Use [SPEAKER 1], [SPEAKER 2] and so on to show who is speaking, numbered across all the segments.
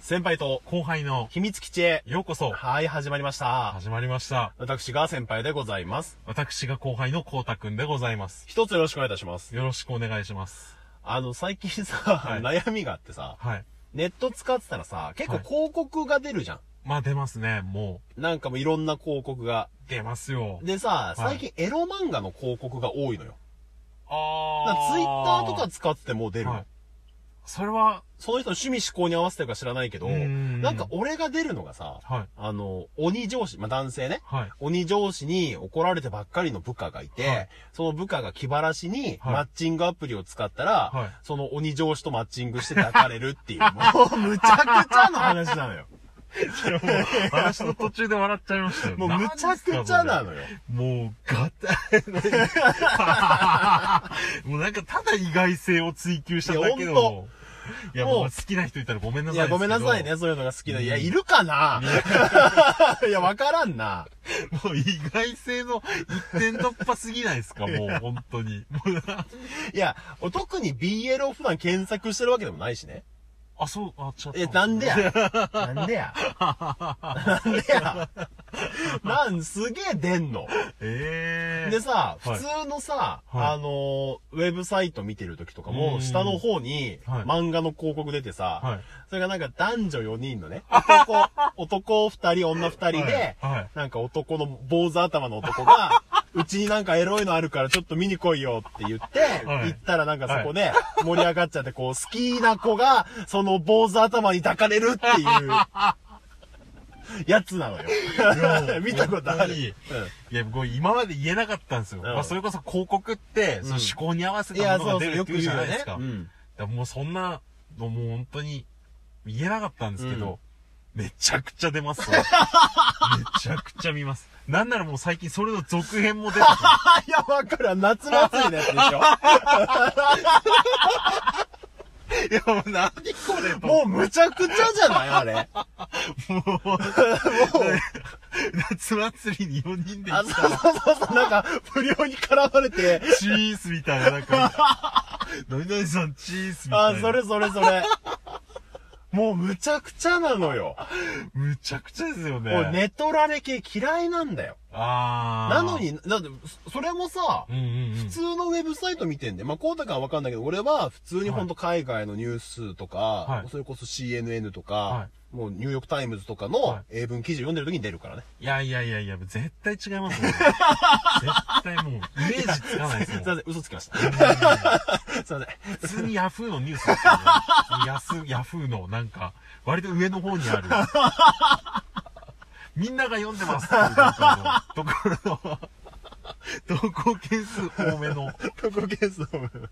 [SPEAKER 1] 先輩と
[SPEAKER 2] 後輩の
[SPEAKER 1] 秘密基地へ。
[SPEAKER 2] ようこそ
[SPEAKER 1] はい、始まりました。
[SPEAKER 2] 始まりました。
[SPEAKER 1] 私が先輩でございます。
[SPEAKER 2] 私が後輩のこうたくんでございます。
[SPEAKER 1] 一つよろしくお願いいたします。
[SPEAKER 2] よろしくお願いします。
[SPEAKER 1] あの、最近さ、
[SPEAKER 2] い
[SPEAKER 1] 悩みがあってさ、
[SPEAKER 2] はい。
[SPEAKER 1] ネット使ってたらさ、結構
[SPEAKER 2] はい
[SPEAKER 1] 広告が出るじゃん。
[SPEAKER 2] まあ出ますね。も
[SPEAKER 1] なんかもういろんな広告が。
[SPEAKER 2] う、出ますよ。
[SPEAKER 1] でさ、
[SPEAKER 2] は
[SPEAKER 1] 最
[SPEAKER 2] い
[SPEAKER 1] 近エロ漫画の広告が多いのよ。
[SPEAKER 2] あ
[SPEAKER 1] なんか
[SPEAKER 2] ー。
[SPEAKER 1] ツイッターとか使っても出るの。
[SPEAKER 2] はい。それは、
[SPEAKER 1] その人の趣味思考に合わせてるか知らないけど、
[SPEAKER 2] うん
[SPEAKER 1] なんか俺が出るのがさ、
[SPEAKER 2] はい。
[SPEAKER 1] あの、鬼上司、まあ、男性ね。
[SPEAKER 2] はい。
[SPEAKER 1] 鬼上司に怒られてばっかりの部下がいて、
[SPEAKER 2] はい
[SPEAKER 1] その部下が気晴らしに、
[SPEAKER 2] は
[SPEAKER 1] マ
[SPEAKER 2] い
[SPEAKER 1] ッチングアプリを使ったら、
[SPEAKER 2] はい
[SPEAKER 1] その鬼上司とマッチングして抱かれるっていう、 もうむちゃくちゃの話なのよ。
[SPEAKER 2] 私の途中で笑っちゃいましたよ。
[SPEAKER 1] もうむちゃくちゃなのよ。
[SPEAKER 2] もう、ガ タ、もうなんかただ意外性を追求しただけ
[SPEAKER 1] いやほん
[SPEAKER 2] の。いや、
[SPEAKER 1] もう
[SPEAKER 2] もう好きな人いたらごめんないさい。
[SPEAKER 1] や、ごめんなさいね、。そういうのが好きな。いや、いるかな いや、わからんな。
[SPEAKER 2] もう意外性の一点突破すぎないですか、もう本当に。もう
[SPEAKER 1] いや、特に BL を普段検索してるわけでもないしね。
[SPEAKER 2] あ、そう、あ、ちょっと。
[SPEAKER 1] え、なんでや なんでやなんでや なん、すげえ出んの。
[SPEAKER 2] ええ
[SPEAKER 1] でさ、
[SPEAKER 2] は
[SPEAKER 1] 普
[SPEAKER 2] い
[SPEAKER 1] 通のさ、
[SPEAKER 2] はい
[SPEAKER 1] あのー、ウェブサイト見てる時とか
[SPEAKER 2] う
[SPEAKER 1] も、
[SPEAKER 2] ん
[SPEAKER 1] 下の方に、
[SPEAKER 2] はい
[SPEAKER 1] 漫画の広告出てさ、
[SPEAKER 2] はい
[SPEAKER 1] それがなんか男女4人 のね、男、男2人、女2人で、
[SPEAKER 2] はいはい
[SPEAKER 1] なんか男の坊主頭の男 が、うちになんかエロいのあるからちょっと見に来いよって言って、
[SPEAKER 2] はい
[SPEAKER 1] 行ったらなんかそこで盛り上がっちゃって、こう好きな子がその坊主頭に抱かれるって いう、やつなのよ。 見たことあ
[SPEAKER 2] 本当
[SPEAKER 1] る。
[SPEAKER 2] に
[SPEAKER 1] うん
[SPEAKER 2] いや、これ今まで言えなかったんですよ。
[SPEAKER 1] ん
[SPEAKER 2] まあ、それこそ広告って、その思考に合わせ
[SPEAKER 1] いや、
[SPEAKER 2] たもの
[SPEAKER 1] そ
[SPEAKER 2] が
[SPEAKER 1] う
[SPEAKER 2] 出
[SPEAKER 1] そう、
[SPEAKER 2] る
[SPEAKER 1] よ
[SPEAKER 2] っ
[SPEAKER 1] く
[SPEAKER 2] ていう
[SPEAKER 1] 言う
[SPEAKER 2] じゃ
[SPEAKER 1] よ
[SPEAKER 2] ないで
[SPEAKER 1] ね
[SPEAKER 2] す。
[SPEAKER 1] う
[SPEAKER 2] か。だか
[SPEAKER 1] ん。
[SPEAKER 2] らもうそんなのもう本当に言えなかったんですけど、めちゃくちゃ出ますわ めちゃくちゃ見ます。なんならもう最近それの続編も出たと。
[SPEAKER 1] あ、いや、わかる。夏祭りのやつでしょ。
[SPEAKER 2] いや、 もう何これと
[SPEAKER 1] もうむちゃくちゃじゃないあ れ。
[SPEAKER 2] もう、
[SPEAKER 1] もう、
[SPEAKER 2] 夏祭りに4人で行
[SPEAKER 1] あ、
[SPEAKER 2] っ
[SPEAKER 1] そうそうそうそう、なんか、不良に絡まれて、
[SPEAKER 2] チーズみたいな、なん か、何々さんチーズみたい
[SPEAKER 1] あ
[SPEAKER 2] な。、
[SPEAKER 1] それそれそれ。もうむちゃくちゃなのよ。
[SPEAKER 2] むちゃくちゃですよね。
[SPEAKER 1] もうネトラレ系嫌いなんだよ。
[SPEAKER 2] あー。
[SPEAKER 1] なの、に、だって、そそれもさ
[SPEAKER 2] う、んうんうん
[SPEAKER 1] 普。通のウェブサイト見てんで、まあ、こうたかはわかんないけど、俺は普通にほんと海外のニュースとか、
[SPEAKER 2] い
[SPEAKER 1] それこそ CNN とか、
[SPEAKER 2] は
[SPEAKER 1] もうニューヨークタイムズとか
[SPEAKER 2] は
[SPEAKER 1] の英文記事を読んでる時に出るからね。
[SPEAKER 2] いやいやいやいや、絶対違いますも ん。絶対もう、イメージつか ないです
[SPEAKER 1] すい
[SPEAKER 2] も
[SPEAKER 1] ま
[SPEAKER 2] ん。
[SPEAKER 1] せん、嘘つきました。すいません。
[SPEAKER 2] 普通にヤフーのニュースですよね。普通にヤスヤフーの、なんか、割と上の方にあ る。みんなが読んでますっていうなんかあのところの、投稿件数多 めの。
[SPEAKER 1] 過去ケースの分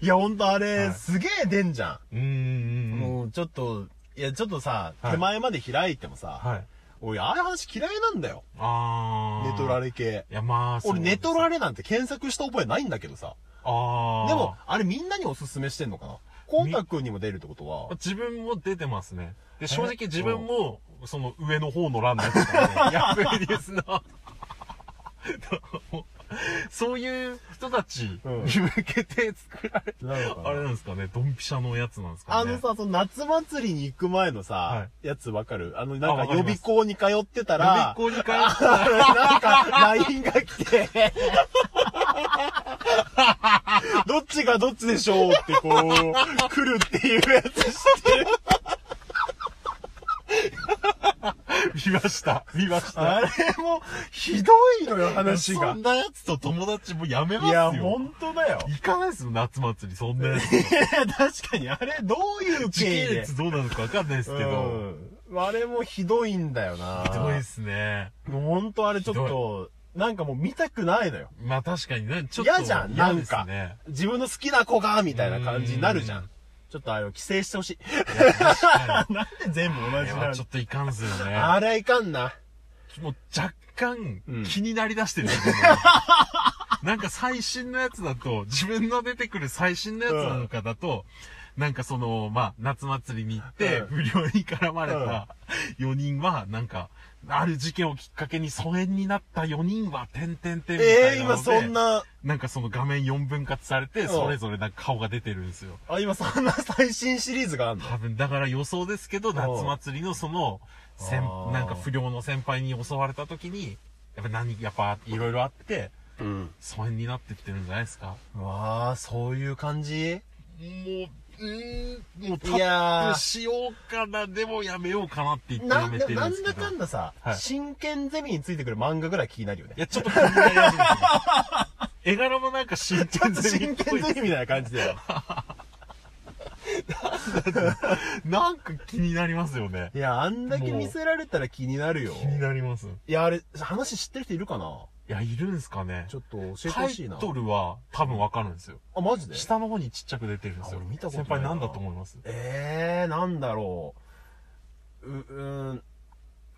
[SPEAKER 1] いや、ほんとあれ、
[SPEAKER 2] はい
[SPEAKER 1] すげえ出んじゃ
[SPEAKER 2] うーん
[SPEAKER 1] ん。
[SPEAKER 2] うんうん。
[SPEAKER 1] もう、ちょっと、いや、ちょっとさ、
[SPEAKER 2] はい
[SPEAKER 1] 手前まで開いてもさ、
[SPEAKER 2] はい。
[SPEAKER 1] 俺、ああいう話嫌いなんだよ。
[SPEAKER 2] あー。
[SPEAKER 1] ネトラ。レ系。
[SPEAKER 2] いや、まあ、
[SPEAKER 1] 俺、ネトラ
[SPEAKER 2] レ。
[SPEAKER 1] レなんて検索した覚えないんだけどさ。
[SPEAKER 2] あー。
[SPEAKER 1] でも、、あれみんなにおすすめしてんのかなコンタクトにも出るってことは、
[SPEAKER 2] 自分も出てますね。で、正直自分も、その上の方の欄のやつとかね、 ヤフーニュース の。そういう人たちに
[SPEAKER 1] うん
[SPEAKER 2] 向けて作られた、
[SPEAKER 1] なのかな
[SPEAKER 2] あれなんですかね、ドンピシャのやつなんですか
[SPEAKER 1] あ
[SPEAKER 2] ね。
[SPEAKER 1] のさ、その夏祭りに行く前のさ、
[SPEAKER 2] は
[SPEAKER 1] やつわかるあの、
[SPEAKER 2] あ
[SPEAKER 1] なんか
[SPEAKER 2] わかり
[SPEAKER 1] 予
[SPEAKER 2] ます
[SPEAKER 1] 備校に通ってたら、
[SPEAKER 2] 予備校に通って た
[SPEAKER 1] なんか、LINE が来て、どっちがどっちでしょうってこう、来るっていうやつしてる。
[SPEAKER 2] 見ました。見ました。
[SPEAKER 1] あれも、ひどいのよ、話
[SPEAKER 2] そ
[SPEAKER 1] が
[SPEAKER 2] ん。なやつと友達もやめます
[SPEAKER 1] いや、
[SPEAKER 2] よ。
[SPEAKER 1] ほんとだよ。
[SPEAKER 2] 行かないですよ、夏祭り、そんなやつ。
[SPEAKER 1] いや、確かに、あれ、どういう
[SPEAKER 2] 時系
[SPEAKER 1] 経緯で。
[SPEAKER 2] 列どうなのかわかんないですけど。
[SPEAKER 1] うんあれもひどいんだよな。
[SPEAKER 2] ひどいですね。
[SPEAKER 1] もうほんとあれちょっ
[SPEAKER 2] ひ
[SPEAKER 1] と、なんかもう見たくないのよ。
[SPEAKER 2] まあ確かにね、ちょっと
[SPEAKER 1] 嫌じゃん、な
[SPEAKER 2] 嫌
[SPEAKER 1] ん
[SPEAKER 2] です
[SPEAKER 1] か
[SPEAKER 2] ね。。
[SPEAKER 1] 自分の好きな子が、みたいな感じになるじゃ。
[SPEAKER 2] うん
[SPEAKER 1] ちょっとあれを規制してほしい。
[SPEAKER 2] 確かに。
[SPEAKER 1] なんで全部同
[SPEAKER 2] あ
[SPEAKER 1] じ
[SPEAKER 2] れ
[SPEAKER 1] な
[SPEAKER 2] は
[SPEAKER 1] の
[SPEAKER 2] ちょっといかんすよね。
[SPEAKER 1] あれはいかんな。
[SPEAKER 2] もう若干
[SPEAKER 1] うん
[SPEAKER 2] 気になりだし てる、なんか最新のやつだと、自分の出てくる最新のやつなんかだと、なんかその、まあ、夏祭りに行って、
[SPEAKER 1] う
[SPEAKER 2] 不良に絡まれた4人は、なんか、ある事件をきっかけに疎遠になった4人は、てんてんてんみた
[SPEAKER 1] え
[SPEAKER 2] い
[SPEAKER 1] え
[SPEAKER 2] なの
[SPEAKER 1] 今
[SPEAKER 2] で、
[SPEAKER 1] そんな、
[SPEAKER 2] なんかその画面4分割されて、
[SPEAKER 1] ん
[SPEAKER 2] それぞれなんか顔が出てるんですよ。
[SPEAKER 1] あ、今そんな最新シリーズがあんの
[SPEAKER 2] 多分、だから予想ですけど、
[SPEAKER 1] ん
[SPEAKER 2] 夏祭りのその、
[SPEAKER 1] あ
[SPEAKER 2] 先
[SPEAKER 1] ー
[SPEAKER 2] なんか不良の先輩に襲われた時に、やっぱ何、やっぱいろいろあって、
[SPEAKER 1] うん。
[SPEAKER 2] 疎遠になってきてるんじゃないですか。
[SPEAKER 1] うわあ、そういう感じ
[SPEAKER 2] もう、うーん、もうタ
[SPEAKER 1] いや
[SPEAKER 2] ップ
[SPEAKER 1] ー
[SPEAKER 2] しようかな、でもやめようかなって言って
[SPEAKER 1] な
[SPEAKER 2] や
[SPEAKER 1] ん
[SPEAKER 2] め
[SPEAKER 1] だ、
[SPEAKER 2] てる
[SPEAKER 1] なんん
[SPEAKER 2] ですけ
[SPEAKER 1] だ
[SPEAKER 2] ど。
[SPEAKER 1] かんださ、
[SPEAKER 2] はい
[SPEAKER 1] 真剣ゼミについてくる漫画ぐらい気になるよね
[SPEAKER 2] い。や、ちょっと考えやすいですね絵柄もなんか真
[SPEAKER 1] ちょっ
[SPEAKER 2] 剣
[SPEAKER 1] と
[SPEAKER 2] ゼミっ
[SPEAKER 1] 真
[SPEAKER 2] ぽ
[SPEAKER 1] 剣
[SPEAKER 2] い
[SPEAKER 1] ゼミみたいな感じだよ。
[SPEAKER 2] なんか気になりますよね。
[SPEAKER 1] いや、あんだけ見せられたら気になるよ。
[SPEAKER 2] 気になります。い
[SPEAKER 1] いや、あれ、話知ってる人いるかな
[SPEAKER 2] や、いるんすかね
[SPEAKER 1] ち。ょっと教えて
[SPEAKER 2] タ
[SPEAKER 1] ほしい
[SPEAKER 2] イ
[SPEAKER 1] な。
[SPEAKER 2] トルは多分わかるんですよ。
[SPEAKER 1] あ、マジで
[SPEAKER 2] 下の方にちっちゃく出てるんですよ
[SPEAKER 1] あ俺見た。ことな
[SPEAKER 2] 先
[SPEAKER 1] いな
[SPEAKER 2] 輩なんだと思います
[SPEAKER 1] えー、なんだろう。う、うーん、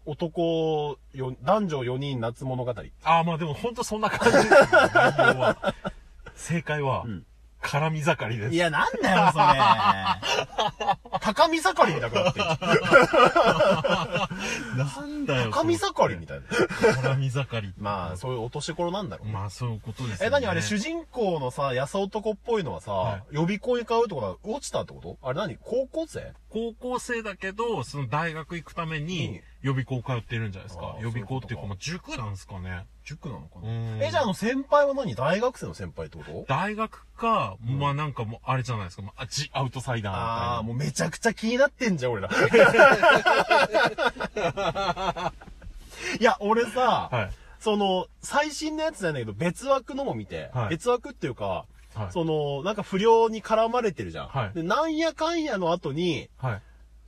[SPEAKER 1] 男よ、男女4人夏物語。
[SPEAKER 2] ああ、まあでもほんとそんな感じですよ、内容は。正解は
[SPEAKER 1] うん、
[SPEAKER 2] 絡み盛りです
[SPEAKER 1] い。や、なんだよ、それ。 高見盛りみたいになってんじゃん
[SPEAKER 2] なんだよ。
[SPEAKER 1] 高見
[SPEAKER 2] そ
[SPEAKER 1] 盛りみたいな。
[SPEAKER 2] の絡み盛 り。
[SPEAKER 1] まあ、そういうお年頃なんだろうね。
[SPEAKER 2] まあそういうことですよね。
[SPEAKER 1] え、何あれ、主人公のさ、安男っぽいのはさ、
[SPEAKER 2] は
[SPEAKER 1] 予備校に通うってことは落ちたってことあれ何高校生
[SPEAKER 2] 高校生だけど、その大学行くため
[SPEAKER 1] うん
[SPEAKER 2] に予備校通ってるんじゃないですか
[SPEAKER 1] あ。ー
[SPEAKER 2] 予備校っていう
[SPEAKER 1] そういうことか
[SPEAKER 2] か、まあ塾なんですかね。
[SPEAKER 1] 塾なのか
[SPEAKER 2] うん
[SPEAKER 1] え、じゃああの先輩は何大学生の先輩ってこと
[SPEAKER 2] 大学か、まあなんかもうあれじゃないですか。まあ、ジアウトサイダーみたいな。
[SPEAKER 1] ああ、もうめちゃくちゃ気になってんじゃん、俺 ら。いや、俺さ、
[SPEAKER 2] はい。
[SPEAKER 1] その、最新のやつじゃないけど、別枠のも見て、
[SPEAKER 2] はい
[SPEAKER 1] 別枠っていうか、
[SPEAKER 2] はい。
[SPEAKER 1] その、なんか不良に絡まれてるじゃん。
[SPEAKER 2] はい
[SPEAKER 1] でなんやかんやの後に、
[SPEAKER 2] はい。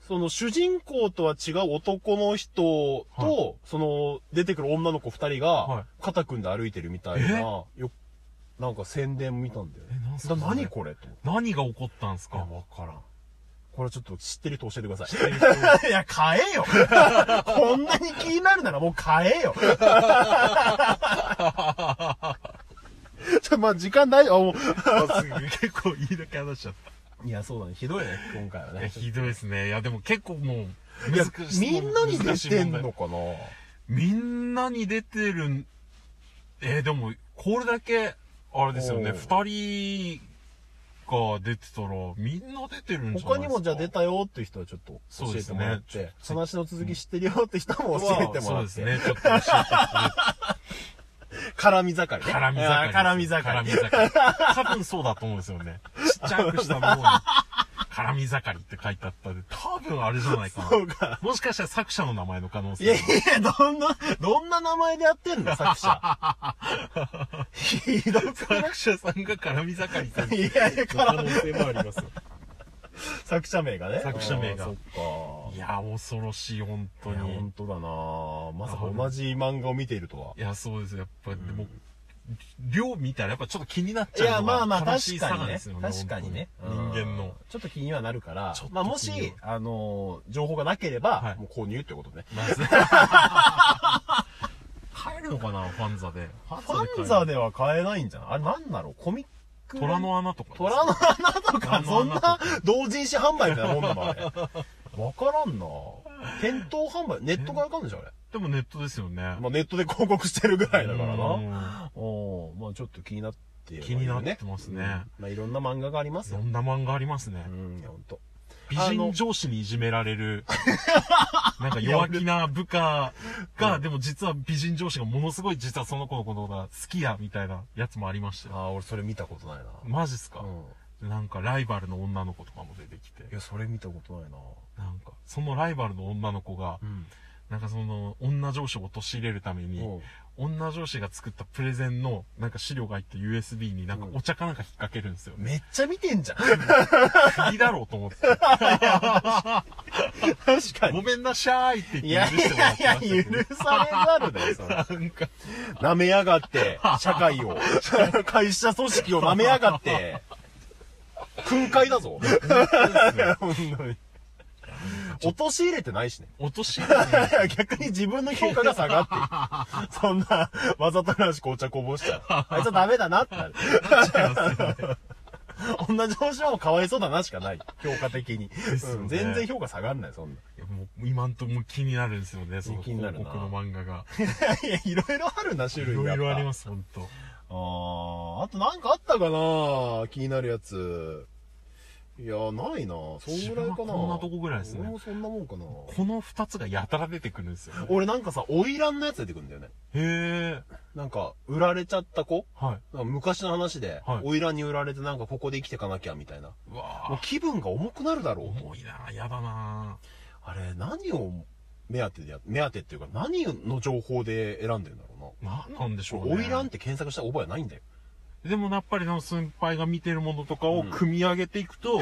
[SPEAKER 1] その主人公とは違う男の人と、
[SPEAKER 2] は
[SPEAKER 1] その出てくる女の子二人
[SPEAKER 2] は
[SPEAKER 1] が
[SPEAKER 2] い、
[SPEAKER 1] 肩組んで歩いてるみたいな、よなんか宣伝も見たんだよね。
[SPEAKER 2] えなんす
[SPEAKER 1] だ
[SPEAKER 2] か
[SPEAKER 1] から何
[SPEAKER 2] そ
[SPEAKER 1] これと思って
[SPEAKER 2] 何が起こったんです
[SPEAKER 1] いや、
[SPEAKER 2] か
[SPEAKER 1] わからん。これちょっと知ってる人教えてくだ さい。いや、買えよこんなに気になるならもう買えよ ちょ、まあ、時間大丈夫。あも
[SPEAKER 2] 結構いいだけ話しちゃっ
[SPEAKER 1] ういや、そうだね。ひどいね、今回は
[SPEAKER 2] た。いや、
[SPEAKER 1] ね。
[SPEAKER 2] ひどいですね。いや、でも結構もう、
[SPEAKER 1] いや
[SPEAKER 2] 難し、い
[SPEAKER 1] みんなに
[SPEAKER 2] 難
[SPEAKER 1] 出
[SPEAKER 2] しい
[SPEAKER 1] てん
[SPEAKER 2] 問題
[SPEAKER 1] のかな
[SPEAKER 2] みんなに出てるん、えーでも、これだけ、あれですよね、
[SPEAKER 1] お
[SPEAKER 2] 二人が出てたら、みんな出てるんじ
[SPEAKER 1] 他
[SPEAKER 2] ゃないですか
[SPEAKER 1] にもじゃあ出たよっていう人はちょっと教えてもらっ
[SPEAKER 2] そう
[SPEAKER 1] て、
[SPEAKER 2] ですね
[SPEAKER 1] 話の続き知ってるよって人も教えてもら
[SPEAKER 2] そう
[SPEAKER 1] っ
[SPEAKER 2] で
[SPEAKER 1] て。
[SPEAKER 2] すね、ちょっと教えてくれ
[SPEAKER 1] 絡み盛りね。
[SPEAKER 2] 絡み
[SPEAKER 1] あー
[SPEAKER 2] 盛り。
[SPEAKER 1] 絡み盛
[SPEAKER 2] 絡み
[SPEAKER 1] り。
[SPEAKER 2] 盛り。多分そうだと思うんですよね。ちっちゃくした方に、絡み盛りって書いてあったんで、多分あれじゃないか
[SPEAKER 1] そうか
[SPEAKER 2] な。もしかしたら作者の名前の可能
[SPEAKER 1] い
[SPEAKER 2] 性
[SPEAKER 1] や
[SPEAKER 2] も
[SPEAKER 1] いや、どんな、どんな名前でやってんの作者。ひどくない
[SPEAKER 2] 作者さんが絡み盛りって
[SPEAKER 1] いやいや、
[SPEAKER 2] 可
[SPEAKER 1] 絡
[SPEAKER 2] 能
[SPEAKER 1] み
[SPEAKER 2] 性もありますよ。
[SPEAKER 1] 作者名がね。
[SPEAKER 2] 作者名が
[SPEAKER 1] あーそ
[SPEAKER 2] いや、恐ろしい、本当
[SPEAKER 1] っか。いや、
[SPEAKER 2] に。
[SPEAKER 1] 本当だなぁまさか同じ漫画を見ているとは。
[SPEAKER 2] いや、そうです。やっぱ、でも、量見たらやっぱちょっと気になっち
[SPEAKER 1] い
[SPEAKER 2] ゃ
[SPEAKER 1] や、
[SPEAKER 2] うのが
[SPEAKER 1] まあまあ、
[SPEAKER 2] 悲
[SPEAKER 1] 確
[SPEAKER 2] しい
[SPEAKER 1] か
[SPEAKER 2] 差
[SPEAKER 1] に
[SPEAKER 2] なんで
[SPEAKER 1] ね
[SPEAKER 2] すよ。ね。
[SPEAKER 1] 確かにね。
[SPEAKER 2] 本当に人間
[SPEAKER 1] うん
[SPEAKER 2] の。。
[SPEAKER 1] ちょっと気にはなるから
[SPEAKER 2] ちょっ、と
[SPEAKER 1] まあも
[SPEAKER 2] 気に
[SPEAKER 1] し
[SPEAKER 2] は、
[SPEAKER 1] あのー、情報がなければ
[SPEAKER 2] は、い
[SPEAKER 1] もう購入ってことね。
[SPEAKER 2] ま あ帰るのかなファンザで。フ
[SPEAKER 1] ファンザ
[SPEAKER 2] で
[SPEAKER 1] では買えないんじゃないあれなんだろうコミック
[SPEAKER 2] 帰る。虎の穴とか。
[SPEAKER 1] 虎の穴とか、そ
[SPEAKER 2] 虎
[SPEAKER 1] ん
[SPEAKER 2] の穴と
[SPEAKER 1] な
[SPEAKER 2] か
[SPEAKER 1] 同人誌販売みたいなもんなのあれ。わからんな店頭販売、ネットから買うんでしょあれ。
[SPEAKER 2] でもネットですよね。
[SPEAKER 1] まあネットで広告してるぐらいだから
[SPEAKER 2] う
[SPEAKER 1] な。
[SPEAKER 2] ん
[SPEAKER 1] おーまあちょっと気になってはいるね、
[SPEAKER 2] 気になってます
[SPEAKER 1] うん
[SPEAKER 2] ね。
[SPEAKER 1] まあいろんな漫画があります
[SPEAKER 2] いろ
[SPEAKER 1] よ。
[SPEAKER 2] んな漫画ありますね
[SPEAKER 1] う。ん、いや、ほんと。
[SPEAKER 2] 美人上司にいじめら れる、なんか弱気な部下が、でも実は美人上司がものすごい実はその子のことが好きや、みたいなやつもありましたよ。
[SPEAKER 1] ああ、俺それ見たことないな。
[SPEAKER 2] マジっすか、
[SPEAKER 1] うん。
[SPEAKER 2] なんかライバルの女の子とかも出てきて
[SPEAKER 1] い、や、それ見たことないな
[SPEAKER 2] なんか、そのライバルの女の子が、
[SPEAKER 1] ん。
[SPEAKER 2] なんかその、女上司を陥れるため
[SPEAKER 1] お
[SPEAKER 2] に、
[SPEAKER 1] う
[SPEAKER 2] 女上司が作ったプレゼンの、なんか資料が入った USB になんか
[SPEAKER 1] うん
[SPEAKER 2] お茶かなんか引っ掛けるん ですよ。
[SPEAKER 1] めっちゃ見てんじゃん。
[SPEAKER 2] 釘だろうと思って、
[SPEAKER 1] 確か
[SPEAKER 2] ご
[SPEAKER 1] に。
[SPEAKER 2] めんなしゃーいって
[SPEAKER 1] い
[SPEAKER 2] 言っ
[SPEAKER 1] や
[SPEAKER 2] て
[SPEAKER 1] い
[SPEAKER 2] 許してもらってま
[SPEAKER 1] や
[SPEAKER 2] したけ
[SPEAKER 1] い
[SPEAKER 2] ど
[SPEAKER 1] や、許されざるだよ、それ。
[SPEAKER 2] なんか、
[SPEAKER 1] 舐めやがって、 社会を、会社組織を舐めやがって、訓戒だ ぞ。本当に。陥れてないしね。
[SPEAKER 2] 落とし穴に
[SPEAKER 1] 逆に自分の評価が下がっている。 そん な、わざとらしくお茶こぼしたら。あいつはダメだなってなる。
[SPEAKER 2] なっちゃいますよね。
[SPEAKER 1] 同じ表情もかわいそうだなしかない。評価的に。
[SPEAKER 2] すよね
[SPEAKER 1] うん全然評価下がんない、そんな。
[SPEAKER 2] いやもう今んとこも気になるんですよね、その
[SPEAKER 1] 気にな
[SPEAKER 2] 広
[SPEAKER 1] るな
[SPEAKER 2] 告の漫画が。
[SPEAKER 1] いや、いろいろあるな、
[SPEAKER 2] い
[SPEAKER 1] 種類。
[SPEAKER 2] ろいろありますす、ほんと。
[SPEAKER 1] あー、あとなんかあったかな気になるやつ。いや、ないなそんぐらいか
[SPEAKER 2] 自分
[SPEAKER 1] な
[SPEAKER 2] はこんなとこぐらいですね
[SPEAKER 1] 俺もそんなもんかな
[SPEAKER 2] この二つがやたら出てくるんですよね。
[SPEAKER 1] 俺なんかさ、花魁のやつ出てくるんだよね。
[SPEAKER 2] へえ。
[SPEAKER 1] なんか、売られちゃった子
[SPEAKER 2] はい。
[SPEAKER 1] なんか昔の話で、
[SPEAKER 2] はい
[SPEAKER 1] 花魁に売られてなんかここで生きてかなきゃみたいな。
[SPEAKER 2] うわ
[SPEAKER 1] もう
[SPEAKER 2] あ
[SPEAKER 1] 気分が重くなるだろう。
[SPEAKER 2] 重いなやだな
[SPEAKER 1] あれ、何を目当てでや、目当てっていうか何の情報で選んでるんだろ
[SPEAKER 2] なんなんでし
[SPEAKER 1] う
[SPEAKER 2] ょう
[SPEAKER 1] な。
[SPEAKER 2] ね。
[SPEAKER 1] 花魁って検索した覚えはないんだよ。
[SPEAKER 2] でもやっぱりその先輩が見てるものとかを組み上げてい くと、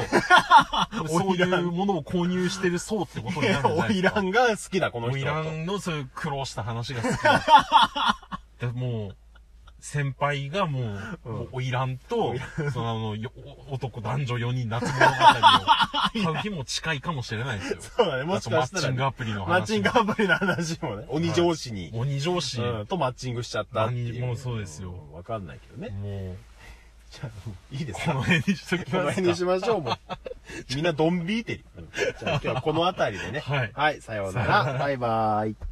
[SPEAKER 2] そういうものを購入してる層ってことになるんじゃ ない
[SPEAKER 1] 花
[SPEAKER 2] ですか。
[SPEAKER 1] 魁が好きだ、この
[SPEAKER 2] オイ
[SPEAKER 1] 人
[SPEAKER 2] ラ
[SPEAKER 1] だ
[SPEAKER 2] ンのそういう苦労した話が好きででもう、先輩がもう、
[SPEAKER 1] うん
[SPEAKER 2] もうオイランと、そのあの、よ男男女4人夏物語を買う日も近いかもしれないですよ。
[SPEAKER 1] そうだね、も
[SPEAKER 2] あ
[SPEAKER 1] し
[SPEAKER 2] と
[SPEAKER 1] か
[SPEAKER 2] マ
[SPEAKER 1] したら
[SPEAKER 2] ッチ
[SPEAKER 1] ね、
[SPEAKER 2] ングアプリの話。
[SPEAKER 1] マッチングアプリの話もね、鬼上司に、
[SPEAKER 2] 鬼上司。
[SPEAKER 1] うん、とマッチングしちゃったっていう。
[SPEAKER 2] 何もうそうですよ
[SPEAKER 1] んわかんないけどね。
[SPEAKER 2] もう、
[SPEAKER 1] じゃあ、いいです
[SPEAKER 2] こ
[SPEAKER 1] か
[SPEAKER 2] の辺にしとき
[SPEAKER 1] この
[SPEAKER 2] ま
[SPEAKER 1] 辺に
[SPEAKER 2] す
[SPEAKER 1] し
[SPEAKER 2] か。
[SPEAKER 1] ましょう、もう。みんなドン引いてる。うんじゃあ今日はこの辺りでね。
[SPEAKER 2] はい
[SPEAKER 1] はい、さような
[SPEAKER 2] さような
[SPEAKER 1] ら。バイバーイ。